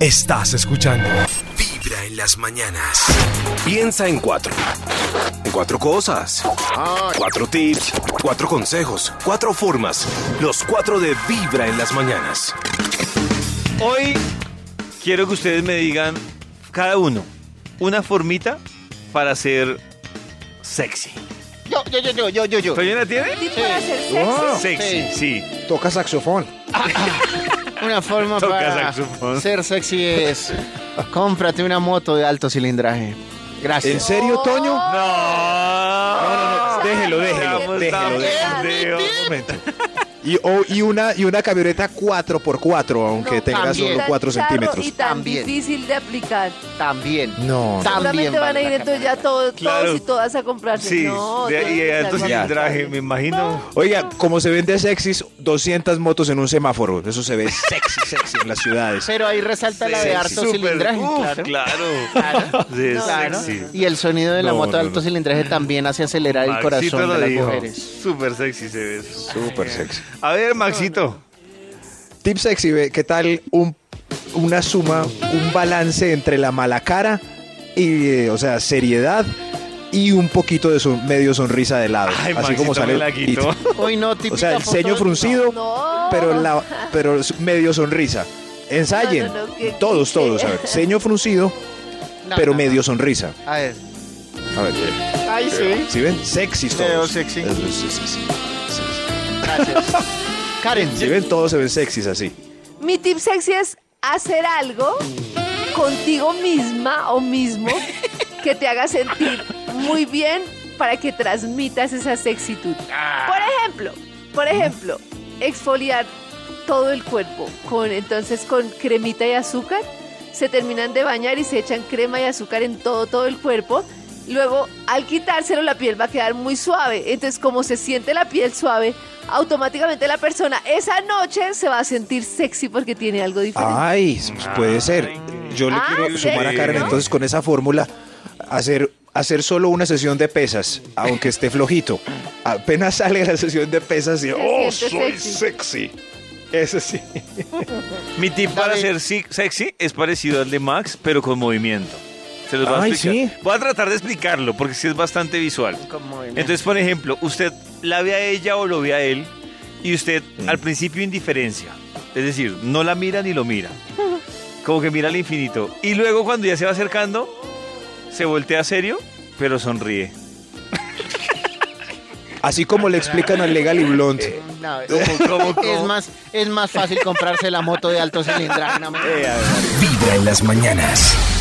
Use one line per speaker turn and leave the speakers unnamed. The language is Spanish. Estás escuchando.
Vibra en las mañanas. Piensa en cuatro. En cuatro cosas. Cuatro tips. Cuatro consejos. Cuatro formas. Los cuatro de Vibra en las mañanas.
Hoy quiero que ustedes me digan, cada uno, una formita para ser sexy.
Yo, yo, yo, yo, yo, yo, yo.
¿Toño la tiene? Oh,
para ser sexy.
Sexy, sí.
Toca saxofón.
Una forma
Toca
para
saxofón.
ser sexy es cómprate una moto de alto cilindraje.
¿En
Gracias.
serio, Toño?
No. No,
no, déjelo, déjelo, déjelo,
déjelo. Un momento.
Y, o- y una, y una camioneta 4x4, aunque
No,
tenga
también.
solo 4
Tan charro
centímetros.
Y tan
También.
difícil de aplicar.
También.
No, no.
También.
Solamente van a
vale
ir
la
entonces
pena.
ya todos,
Claro.
todos y todas a comprarse.
Sí,
Ah, no,
de ahí
tienen que
alto
sacar algo
cilindraje,
más.
me imagino.
Oiga, como se vende sexys, 200 motos en un semáforo. Eso se ve sexy, sexy en las ciudades.
Pero ahí resalta la de alto
Súper,
cilindraje.
uf,
claro.
Claro. Sí,
No, claro.
sexy.
Y el sonido de la
No,
moto de
no,
alto
no.
cilindraje también hace acelerar el
Maxito
corazón
lo
de las
dijo.
mujeres.
Súper sexy se ve eso.
Súper sexy.
A ver, Maxito.
Tip sexy, ve, ¿qué tal un, una suma, un balance entre la mala cara y, eh, o sea, seriedad y un poquito de son- medio sonrisa de lado?
Ay,
así
Maxito
como sale
me la
el-
quitó.
Hoy no, típica
O sea, el
foto-
ceño fruncido,
No.
pero la pero s- medio sonrisa.
Oh.
Ensayen.
No, no, no, qué
todos,
cliché.
todos. A ver, ceño fruncido,
No,
pero
no,
medio
no.
sonrisa.
A ver.
A ver,
Ay, sí.
¿sí ven? Sexys todos.
Veo sexy.
Eso, sí, sí, sí. Sí, sí.
Gracias. Karen.
¿Sí ven? Todos se ven sexys así.
Mi tip sexy es hacer algo contigo misma o mismo que te haga sentir muy bien para que transmitas esa sexitud. Por ejemplo, por ejemplo, exfoliar todo el cuerpo con entonces con cremita y azúcar. Se terminan de bañar y se echan crema y azúcar en todo todo el cuerpo. Luego, al quitárselo, la piel va a quedar muy suave. Entonces, como se siente la piel suave, automáticamente la persona esa noche se va a sentir sexy porque tiene algo diferente.
Ay, pues puede ser. Yo le
Ah,
quiero
¿sí?
sumar a Karen
¿No?
entonces con esa fórmula hacer hacer solo una sesión de pesas, aunque esté flojito. Apenas sale la sesión de pesas y oh,
siente
soy sexy.
sexy".
Eso sí.
Mi tip para
Dale.
ser si- sexy es parecido al de Max, pero con movimiento. Se los voy a
Ay,
explicar.
sí.
Voy a tratar de explicarlo porque sí es bastante visual.
Como en-
Entonces, por ejemplo, usted la ve a ella o lo ve a él y usted
Mm.
al principio indiferencia. Es decir, no la mira ni lo mira. Como que mira al infinito. Y luego cuando ya se va acercando, se voltea serio, pero sonríe.
Así como le explican al Legally Blonde.
No, es-
cómo, cómo?
Es, más,
Eh,
es más fácil comprarse la moto de alto cilindraje. no me-
Vibra en las mañanas.